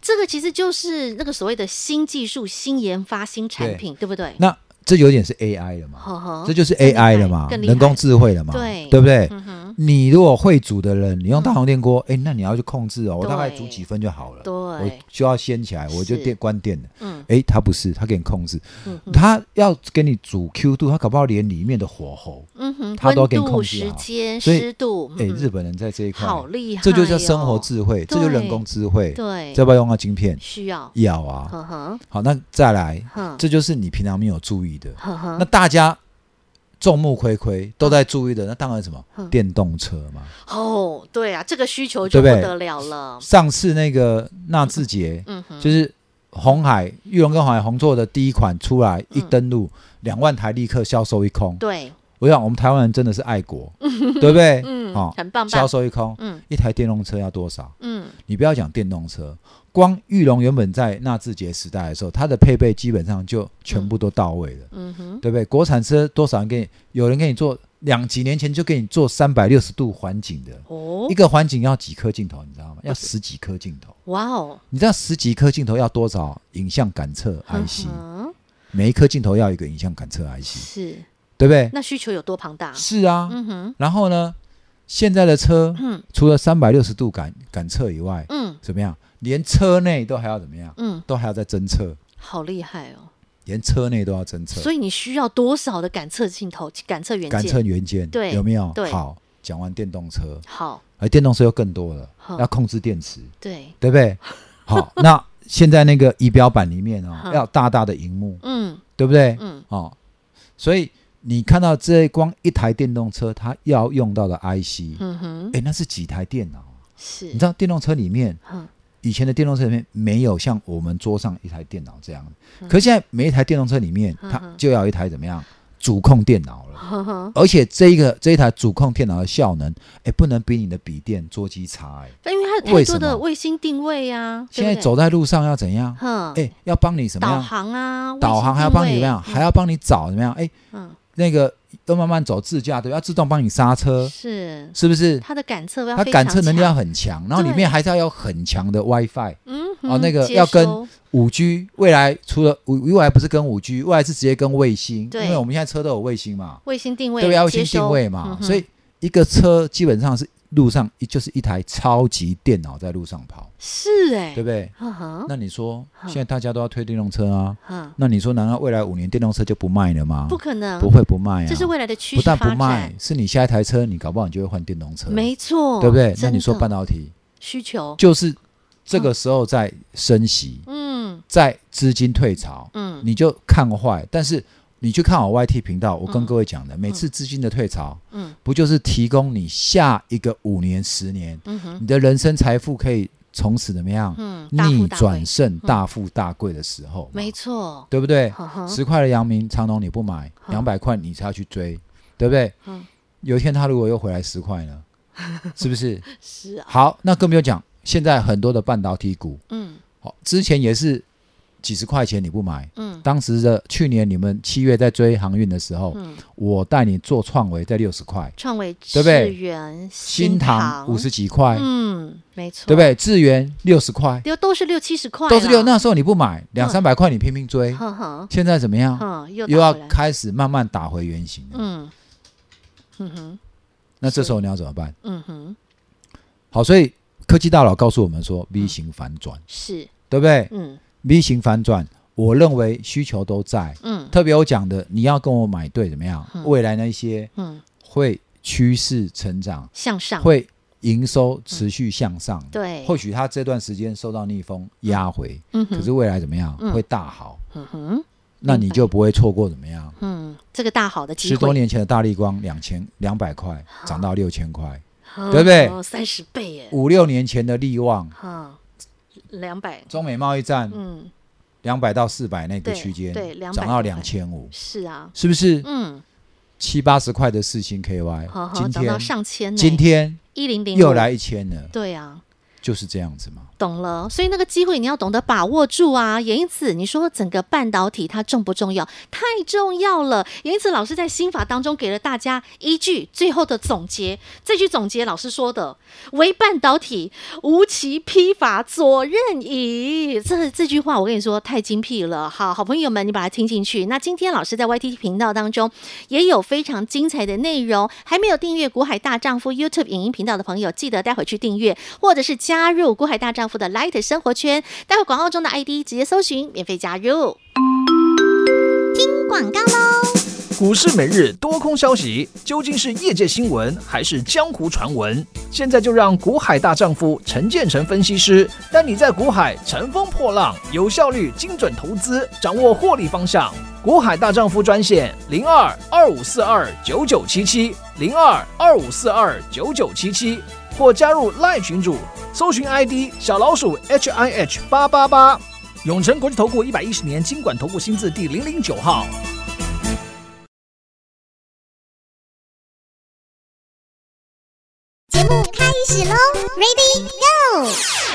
Speaker 2: 这个其实就是那个所谓的新技术、新研发、新产品，对不对？
Speaker 1: 那这有点是 AI 了嘛？
Speaker 2: 呵呵
Speaker 1: 这，就是
Speaker 2: 更厉害
Speaker 1: AI 了嘛？
Speaker 2: 哦更厉害
Speaker 1: 人工智慧了嘛？
Speaker 2: 对
Speaker 1: 对不对？
Speaker 2: 嗯哼，
Speaker 1: 你如果会煮的人，你用大红电锅，哎、那你要去控制哦，我大概煮几分就好了，
Speaker 2: 对
Speaker 1: 我就要掀起来，我就是电关电了。
Speaker 2: 嗯
Speaker 1: 哎，它不是，它给你控制
Speaker 2: 嗯，
Speaker 1: 它要给你煮 Q 度，它搞不好连里面的火候。
Speaker 2: 嗯哼，
Speaker 1: 它都
Speaker 2: 温
Speaker 1: 给你
Speaker 2: 度、
Speaker 1: 控制
Speaker 2: 时
Speaker 1: 好
Speaker 2: 间、
Speaker 1: 所以
Speaker 2: 湿度，
Speaker 1: 哎，
Speaker 2: 嗯
Speaker 1: 日本人在这一块，啊
Speaker 2: 好厉害，哦
Speaker 1: 这就叫生活，智慧，这
Speaker 2: 对
Speaker 1: 就人工智慧，
Speaker 2: 对，
Speaker 1: 这要不要用到晶片？
Speaker 2: 需要，
Speaker 1: 要啊。
Speaker 2: 呵呵，
Speaker 1: 好，那再来，
Speaker 2: 哼，
Speaker 1: 这就是你平常没有注意的，
Speaker 2: 呵呵
Speaker 1: 那，大家众目睽睽都在注意的，那当然什么
Speaker 2: 嗯
Speaker 1: 电动车嘛。
Speaker 2: 哦，对啊，这个需求就不
Speaker 1: 对不对
Speaker 2: 得了了，
Speaker 1: 上次那个纳智捷，
Speaker 2: 嗯哼，
Speaker 1: 就是红海玉龙跟红海红做的第一款出来，
Speaker 2: 嗯
Speaker 1: 一登陆两、万台立刻销售一空。
Speaker 2: 对，
Speaker 1: 我想我们台湾人真的是 爱国，对不对？
Speaker 2: 嗯，
Speaker 1: 哦
Speaker 2: 很棒
Speaker 1: 销
Speaker 2: 棒，
Speaker 1: 售一空，
Speaker 2: 嗯
Speaker 1: 一台电动车要多少？
Speaker 2: 嗯，
Speaker 1: 你不要讲电动车，光玉龙原本在纳智捷时代的时候，它的配备基本上就全部都到位了，
Speaker 2: 嗯哼，
Speaker 1: 对不对？国产车多少人给你？有人给你做两几年前就给你做三百六十度环景的，
Speaker 2: 哦
Speaker 1: 一，个环景要几颗镜头，你知道吗？要十几颗镜头。
Speaker 2: 哇哦
Speaker 1: 你知道十几颗镜头要多少影像感测 IC？
Speaker 2: 嗯哼
Speaker 1: 每一颗镜头要一个影像感测 IC，
Speaker 2: 是，
Speaker 1: 对不对？
Speaker 2: 那需求有多庞大？
Speaker 1: 是啊。
Speaker 2: 嗯哼，
Speaker 1: 然后呢，现在的车
Speaker 2: 嗯
Speaker 1: 除了三百六十度感感测以外，
Speaker 2: 嗯
Speaker 1: 怎么样？连车内都还要怎么样？
Speaker 2: 嗯，
Speaker 1: 都还要再侦测，
Speaker 2: 好厉害哦！
Speaker 1: 连车内都要侦测。
Speaker 2: 所以你需要多少的感测镜头、感测元
Speaker 1: 感测
Speaker 2: 件？
Speaker 1: 元件
Speaker 2: 对
Speaker 1: 有没有
Speaker 2: 对？
Speaker 1: 好，讲完电动车，
Speaker 2: 好，
Speaker 1: 而电动车又更多了
Speaker 2: 好，
Speaker 1: 要控制电池，
Speaker 2: 对，
Speaker 1: 对 不对？好，那现在那个仪表板里面哦
Speaker 2: 好，
Speaker 1: 要大大的荧幕，
Speaker 2: 嗯
Speaker 1: 对不对？
Speaker 2: 嗯，
Speaker 1: 哦，所以你看到这光一台电动车，它要用到的 IC，哎、
Speaker 2: 嗯哼，
Speaker 1: 那是几台电脑啊？
Speaker 2: 是
Speaker 1: 你知，道电动车里面，
Speaker 2: 嗯
Speaker 1: 以前的电动车里面没有像我们桌上一台电脑这样的，可是现在每一台电动车里面，
Speaker 2: 嗯
Speaker 1: 它
Speaker 2: 嗯哼嗯
Speaker 1: 就要有一台怎么样主控电脑了。
Speaker 2: 呵呵
Speaker 1: 而且这一个这一台主控电脑的效能，哎，不能比你的笔电、桌机差哎。
Speaker 2: 但因为它有太
Speaker 1: 为
Speaker 2: 多
Speaker 1: 什
Speaker 2: 的
Speaker 1: 么
Speaker 2: 卫星定位呀、对
Speaker 1: 现
Speaker 2: 不
Speaker 1: 在
Speaker 2: 对
Speaker 1: 走在路上要怎样？
Speaker 2: 哼，
Speaker 1: 哎，要帮你怎么
Speaker 2: 导
Speaker 1: 样？
Speaker 2: 航啊，卫
Speaker 1: 导
Speaker 2: 星
Speaker 1: 航还要
Speaker 2: 定
Speaker 1: 帮你
Speaker 2: 位
Speaker 1: 怎么样？还要帮你找怎么样？哎，
Speaker 2: 嗯，
Speaker 1: 那个要慢慢走自驾对吧，要自动帮你刹车，
Speaker 2: 是
Speaker 1: 是不是？
Speaker 2: 它的感测要
Speaker 1: 呃它
Speaker 2: 非
Speaker 1: 感
Speaker 2: 常
Speaker 1: 测能力要
Speaker 2: 强
Speaker 1: 很强，然后里
Speaker 2: 对
Speaker 1: 面还是要有很强的 WiFi。
Speaker 2: 嗯
Speaker 1: 哦
Speaker 2: 哼
Speaker 1: 那个
Speaker 2: 接
Speaker 1: 要跟
Speaker 2: 收
Speaker 1: 五 G 未来除了五未来不是跟五 G，未来是直接跟卫星，
Speaker 2: 对
Speaker 1: 因为我们现在车都有卫星嘛，
Speaker 2: 卫星定位
Speaker 1: 对不对？要卫
Speaker 2: 接
Speaker 1: 星定
Speaker 2: 收
Speaker 1: 位嘛
Speaker 2: 嗯，哼
Speaker 1: 所以一个车基本上是路上一就是一台超级电脑在路上跑，
Speaker 2: 是哎、
Speaker 1: 对不对？
Speaker 2: 呵呵，
Speaker 1: 那你说
Speaker 2: 嗯
Speaker 1: 现在大家都要推电动车啊，
Speaker 2: 嗯，
Speaker 1: 那你说难道未来五年电动车就不卖了吗
Speaker 2: 不？可能，
Speaker 1: 不会不卖啊，
Speaker 2: 这是未来的趋
Speaker 1: 不
Speaker 2: 势
Speaker 1: 但
Speaker 2: 发
Speaker 1: 不
Speaker 2: 展，
Speaker 1: 卖，是你下一台车你搞不好你就会换电动车，
Speaker 2: 没错，
Speaker 1: 对不对？那
Speaker 2: 真
Speaker 1: 你说
Speaker 2: 的
Speaker 1: 半导体
Speaker 2: 需求，
Speaker 1: 就是这个时候在升息，
Speaker 2: 嗯
Speaker 1: 在资金退潮，
Speaker 2: 嗯，
Speaker 1: 你就看坏。但是你去看好 YT 频道，我跟
Speaker 2: 嗯
Speaker 1: 各位讲的，每次资金的退潮，
Speaker 2: 嗯，
Speaker 1: 不就是提供你下一个五年、十年，
Speaker 2: 嗯哼，
Speaker 1: 你的人生财富可以从此怎么样、
Speaker 2: 嗯，大富
Speaker 1: 逆
Speaker 2: 大
Speaker 1: 转
Speaker 2: 贵
Speaker 1: 胜、大富大贵的时候嘛，
Speaker 2: 嗯没错，
Speaker 1: 对不对？
Speaker 2: 呵呵，
Speaker 1: 十块的阳明长隆你不买，
Speaker 2: 嗯
Speaker 1: 两百块你才要去追，对不对
Speaker 2: 嗯？
Speaker 1: 有一天他如果又回来十块 呢，是不是？
Speaker 2: 是啊，
Speaker 1: 好，那更不用讲，现在很多的半导体股，
Speaker 2: 嗯
Speaker 1: 好，之前也是几十块钱你不买，
Speaker 2: 嗯
Speaker 1: 当时的去年你们七月在追航运的时候，
Speaker 2: 嗯，
Speaker 1: 我带你做创维在六十块，
Speaker 2: 创维
Speaker 1: 对不对
Speaker 2: 智源新
Speaker 1: 新塘五十，几块，
Speaker 2: 嗯，没错，
Speaker 1: 对不对？智源六十块，
Speaker 2: 六都是六七十块啦，
Speaker 1: 都是六。那时候你不买，两
Speaker 2: 嗯
Speaker 1: 三百块你拼命追，
Speaker 2: 呵呵，
Speaker 1: 现在怎么样？
Speaker 2: 嗯，又
Speaker 1: 又
Speaker 2: 打
Speaker 1: 要
Speaker 2: 回来
Speaker 1: 开始慢慢打回原形了。
Speaker 2: 嗯嗯哼
Speaker 1: 那这时候你要怎么办？
Speaker 2: 嗯哼，
Speaker 1: 好，所以科技大佬告诉我们说，V 型反转，
Speaker 2: 是，
Speaker 1: 对不对
Speaker 2: 嗯
Speaker 1: ？V 型反转，我认为需求都在，
Speaker 2: 嗯
Speaker 1: 特别我讲的，你要跟我买对怎么样
Speaker 2: 嗯？
Speaker 1: 未来那一些
Speaker 2: 嗯，
Speaker 1: 会趋势成长。
Speaker 2: 向上，
Speaker 1: 会营收持续向上，
Speaker 2: 对，
Speaker 1: 或许它这段时间受到逆风压回，
Speaker 2: 嗯
Speaker 1: 可
Speaker 2: 哼，
Speaker 1: 是未来怎么样
Speaker 2: 嗯
Speaker 1: 会大好，
Speaker 2: 嗯哼，
Speaker 1: 那你就不会错过怎么样？
Speaker 2: 嗯，这个大好的机
Speaker 1: 十多
Speaker 2: 会，
Speaker 1: 年前的大力光两千两百块
Speaker 2: 啊
Speaker 1: 涨到六千块，
Speaker 2: 对
Speaker 1: 对不对
Speaker 2: 三十倍耶，
Speaker 1: 五六年前的力旺，
Speaker 2: 哈，两百，
Speaker 1: 中美贸易战
Speaker 2: 嗯，
Speaker 1: 两百到四百那个
Speaker 2: 对
Speaker 1: 区间
Speaker 2: 对200
Speaker 1: 涨到两千五，
Speaker 2: 是啊，
Speaker 1: 是不是
Speaker 2: 嗯，
Speaker 1: 七八十块的四星 KY？
Speaker 2: 呵呵，
Speaker 1: 今
Speaker 2: 涨到
Speaker 1: 天
Speaker 2: 上千呢，
Speaker 1: 今天
Speaker 2: 一零零
Speaker 1: 又来，一千了，
Speaker 2: 对啊，
Speaker 1: 就是这样子嘛。
Speaker 2: 懂了，所以那个机会你要懂得把握住啊。也因此，你说整个半导体它重不重要？太重要了。也因此，老师在心法当中给了大家一句最后的总结。这句总结，老师说的“唯半导体无其披法左任矣”，这这句话我跟你说太精辟了。好好朋友们，你把它听进去。那今天老师在 YT 频道当中也有非常精彩的内容，还没有订阅《股海大丈夫》YouTube 影音频道的朋友，记得待会去订阅，或者是加入《股海大丈夫》的 Light 生活圈，待会广告中的 ID 直接搜寻，免费加入。听广告喽。
Speaker 3: 股市每日多空消息究竟是业界新闻还是江湖传闻？现在就让股海大丈夫陈建成分析师带你在股海乘风破浪，有效率、精准投资，掌握获利方向。股海大丈夫专线零二二五四二九九七七零二二五四二九九七七，或加入赖群组，搜寻 ID 小老鼠 HIH 八八八，永诚国际投顾一百一十年经管投顾新字第零零九号。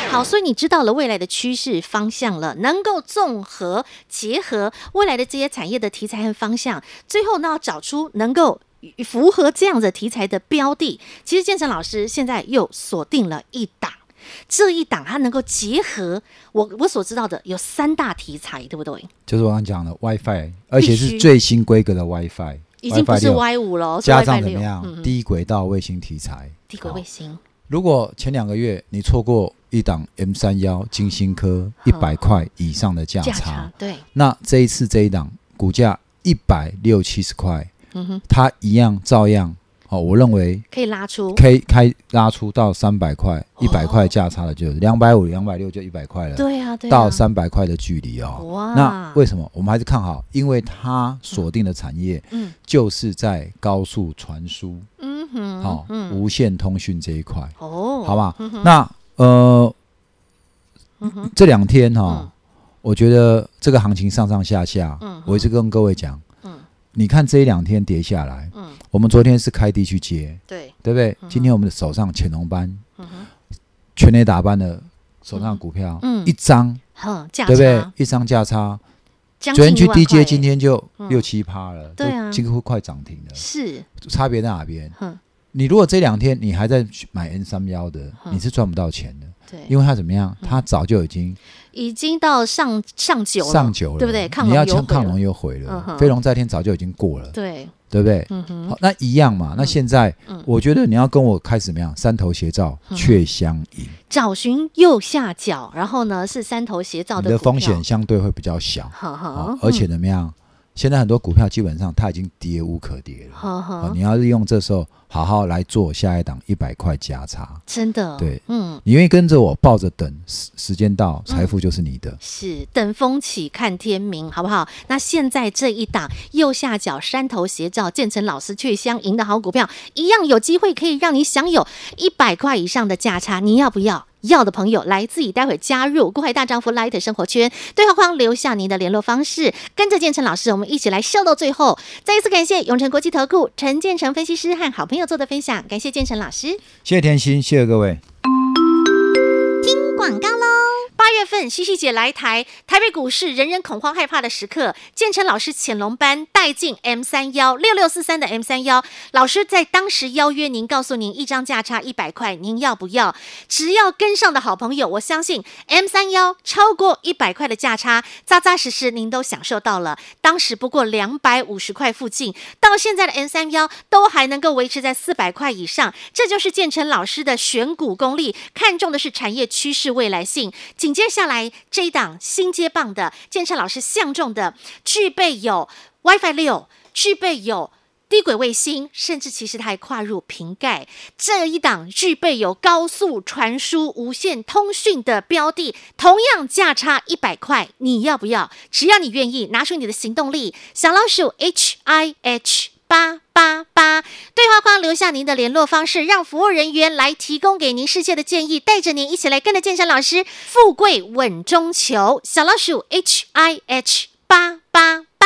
Speaker 2: 好，所以你知道了未来的趋势方向了，能够综合结合未来的这些产业的题材和方向，最后呢，要找出能够。符合这样的题材的标的，其实建成老师现在又锁定了一档，这一档它能够结合我我所知道的有三大题材，对不对？
Speaker 1: 就是我刚讲的 WiFi，而且
Speaker 2: 必须
Speaker 1: 是最新规格的 WiFi，
Speaker 2: 已经不
Speaker 1: WiFi
Speaker 2: 是
Speaker 1: 六
Speaker 2: Y 五了，是
Speaker 1: 加
Speaker 2: WiFi
Speaker 1: 上怎
Speaker 2: 六
Speaker 1: 么样？
Speaker 2: 嗯嗯
Speaker 1: 低轨道卫星题材，
Speaker 2: 低轨
Speaker 1: 好
Speaker 2: 卫星，
Speaker 1: 如果前两个月你错过一档 M 三幺金星科一
Speaker 2: 好
Speaker 1: 百块以上的价
Speaker 2: 价
Speaker 1: 差
Speaker 2: 差，对，
Speaker 1: 那这一次这一档股价一百六七十块，
Speaker 2: 嗯哼，
Speaker 1: 它一样照样哦，我认为
Speaker 2: 可以拉出，
Speaker 1: 可以开拉出到三百块，一百
Speaker 2: 哦
Speaker 1: 块价差的就是两百五、两百六就一百块了，
Speaker 2: 对啊，对啊，
Speaker 1: 到三百块的距离哦。
Speaker 2: 哇，
Speaker 1: 那为什么我们还是看好？因为它锁定的产业
Speaker 2: 嗯
Speaker 1: 就是在高速传输、
Speaker 2: 嗯哼，
Speaker 1: 哦、
Speaker 2: 嗯
Speaker 1: 无线通讯这一块。
Speaker 2: 哦，
Speaker 1: 好吧？
Speaker 2: 嗯哼
Speaker 1: 那呃，
Speaker 2: 嗯哼，
Speaker 1: 这两天哈、
Speaker 2: 嗯
Speaker 1: 我觉得这个行情上上下下，
Speaker 2: 嗯哼
Speaker 1: 我一直跟各位讲，
Speaker 2: 嗯
Speaker 1: 你看这一两天跌下来，
Speaker 2: 嗯，
Speaker 1: 我们昨天是开低去接，
Speaker 2: 对，
Speaker 1: 对不对？
Speaker 2: 哼
Speaker 1: 今天我们的手上潜龙班、
Speaker 2: 嗯哼，
Speaker 1: 全垒打班的手上的股票，
Speaker 2: 嗯
Speaker 1: 一张，
Speaker 2: 哼，价
Speaker 1: 对不对
Speaker 2: 差？
Speaker 1: 一张价差，
Speaker 2: 将
Speaker 1: 昨天
Speaker 2: 近
Speaker 1: 去
Speaker 2: 一万
Speaker 1: 低
Speaker 2: 块
Speaker 1: 接，
Speaker 2: 耶
Speaker 1: 今天就
Speaker 2: 嗯
Speaker 1: 六七趴了，
Speaker 2: 对啊
Speaker 1: 都几乎快涨停了。
Speaker 2: 是，
Speaker 1: 差别在哪边？
Speaker 2: 哼，
Speaker 1: 你如果这两天你还在去买 N 三幺的，
Speaker 2: 嗯
Speaker 1: 你是赚不到钱的，
Speaker 2: 对，嗯
Speaker 1: 因为它怎么样？它早就已经
Speaker 2: 已经到上上九了，
Speaker 1: 上九了，
Speaker 2: 对不对？抗
Speaker 1: 你
Speaker 2: 龙
Speaker 1: 要
Speaker 2: 有
Speaker 1: 抢
Speaker 2: 悔
Speaker 1: 抗
Speaker 2: 了
Speaker 1: 龙，又回
Speaker 2: 嗯
Speaker 1: 了，
Speaker 2: 哼
Speaker 1: 飞龙在天早就已经过了，
Speaker 2: 对，
Speaker 1: 对不对？
Speaker 2: 嗯哼，
Speaker 1: 好，那一样嘛。那现在
Speaker 2: 嗯
Speaker 1: 我觉得你要跟我开始怎么样？三头斜照，却相迎，
Speaker 2: 找寻右下角，然后呢是三头斜照
Speaker 1: 你的
Speaker 2: 股票哦
Speaker 1: 风险，相对会比较小，
Speaker 2: 呵
Speaker 1: 好
Speaker 2: 呵，
Speaker 1: 而且怎么样？现在很多股票基本上它已经跌无可跌了，
Speaker 2: 呵
Speaker 1: 好，
Speaker 2: 呵，
Speaker 1: 哦你要利用这时候好好来做下一档一百块加差。
Speaker 2: 真的，
Speaker 1: 对，
Speaker 2: 嗯，
Speaker 1: 你愿意跟着我抱着等时时间到，财富就是你的。
Speaker 2: 是等风起看天明，好不好？那现在这一档右下角山头斜照建成老师去相赢的好股票，一样有机会可以让你享有一百块以上的价差，你要不要？要的朋友来自己待会加入“国海大丈夫 Light 生活圈”对话框，留下您的联络方式，跟着建成老师，我们一起来秀到最后。再一次感谢永诚国际投顾陈建成分析师和好朋友做的分享，感谢建成老师。
Speaker 1: 谢谢甜心，谢谢各位。
Speaker 2: 广告喽。八月份，西西姐来台，台北股市人人恐慌害怕的时刻，建成老师潜龙班带进 M 三幺六六四三的 M 三幺，老师在当时邀约您，告诉您一张价差一百块，您要不要？只要跟上的好朋友，我相信 M 三幺超过一百块的价差，扎扎实实您都享受到了。当时不过两百五十块附近，到现在的 N 三幺都还能够维持在四百块以上，这就是建成老师的选股功力，看重的是产业趋势未来性。紧接下来这一档新接棒的建成老师相中的，具备有 WiFi 六，具备有。低轨卫星，甚至其实它还跨入瓶盖这一档具备有高速传输、无线通讯的标的，同样价差一百块，你要不要？只要你愿意，拿出你的行动力，小老鼠 H I H 八八八，对话框留下您的联络方式，让服务人员来提供给您世界的建议，带着您一起来跟着健身老师，富贵稳中求。小老鼠 H I H 八八八。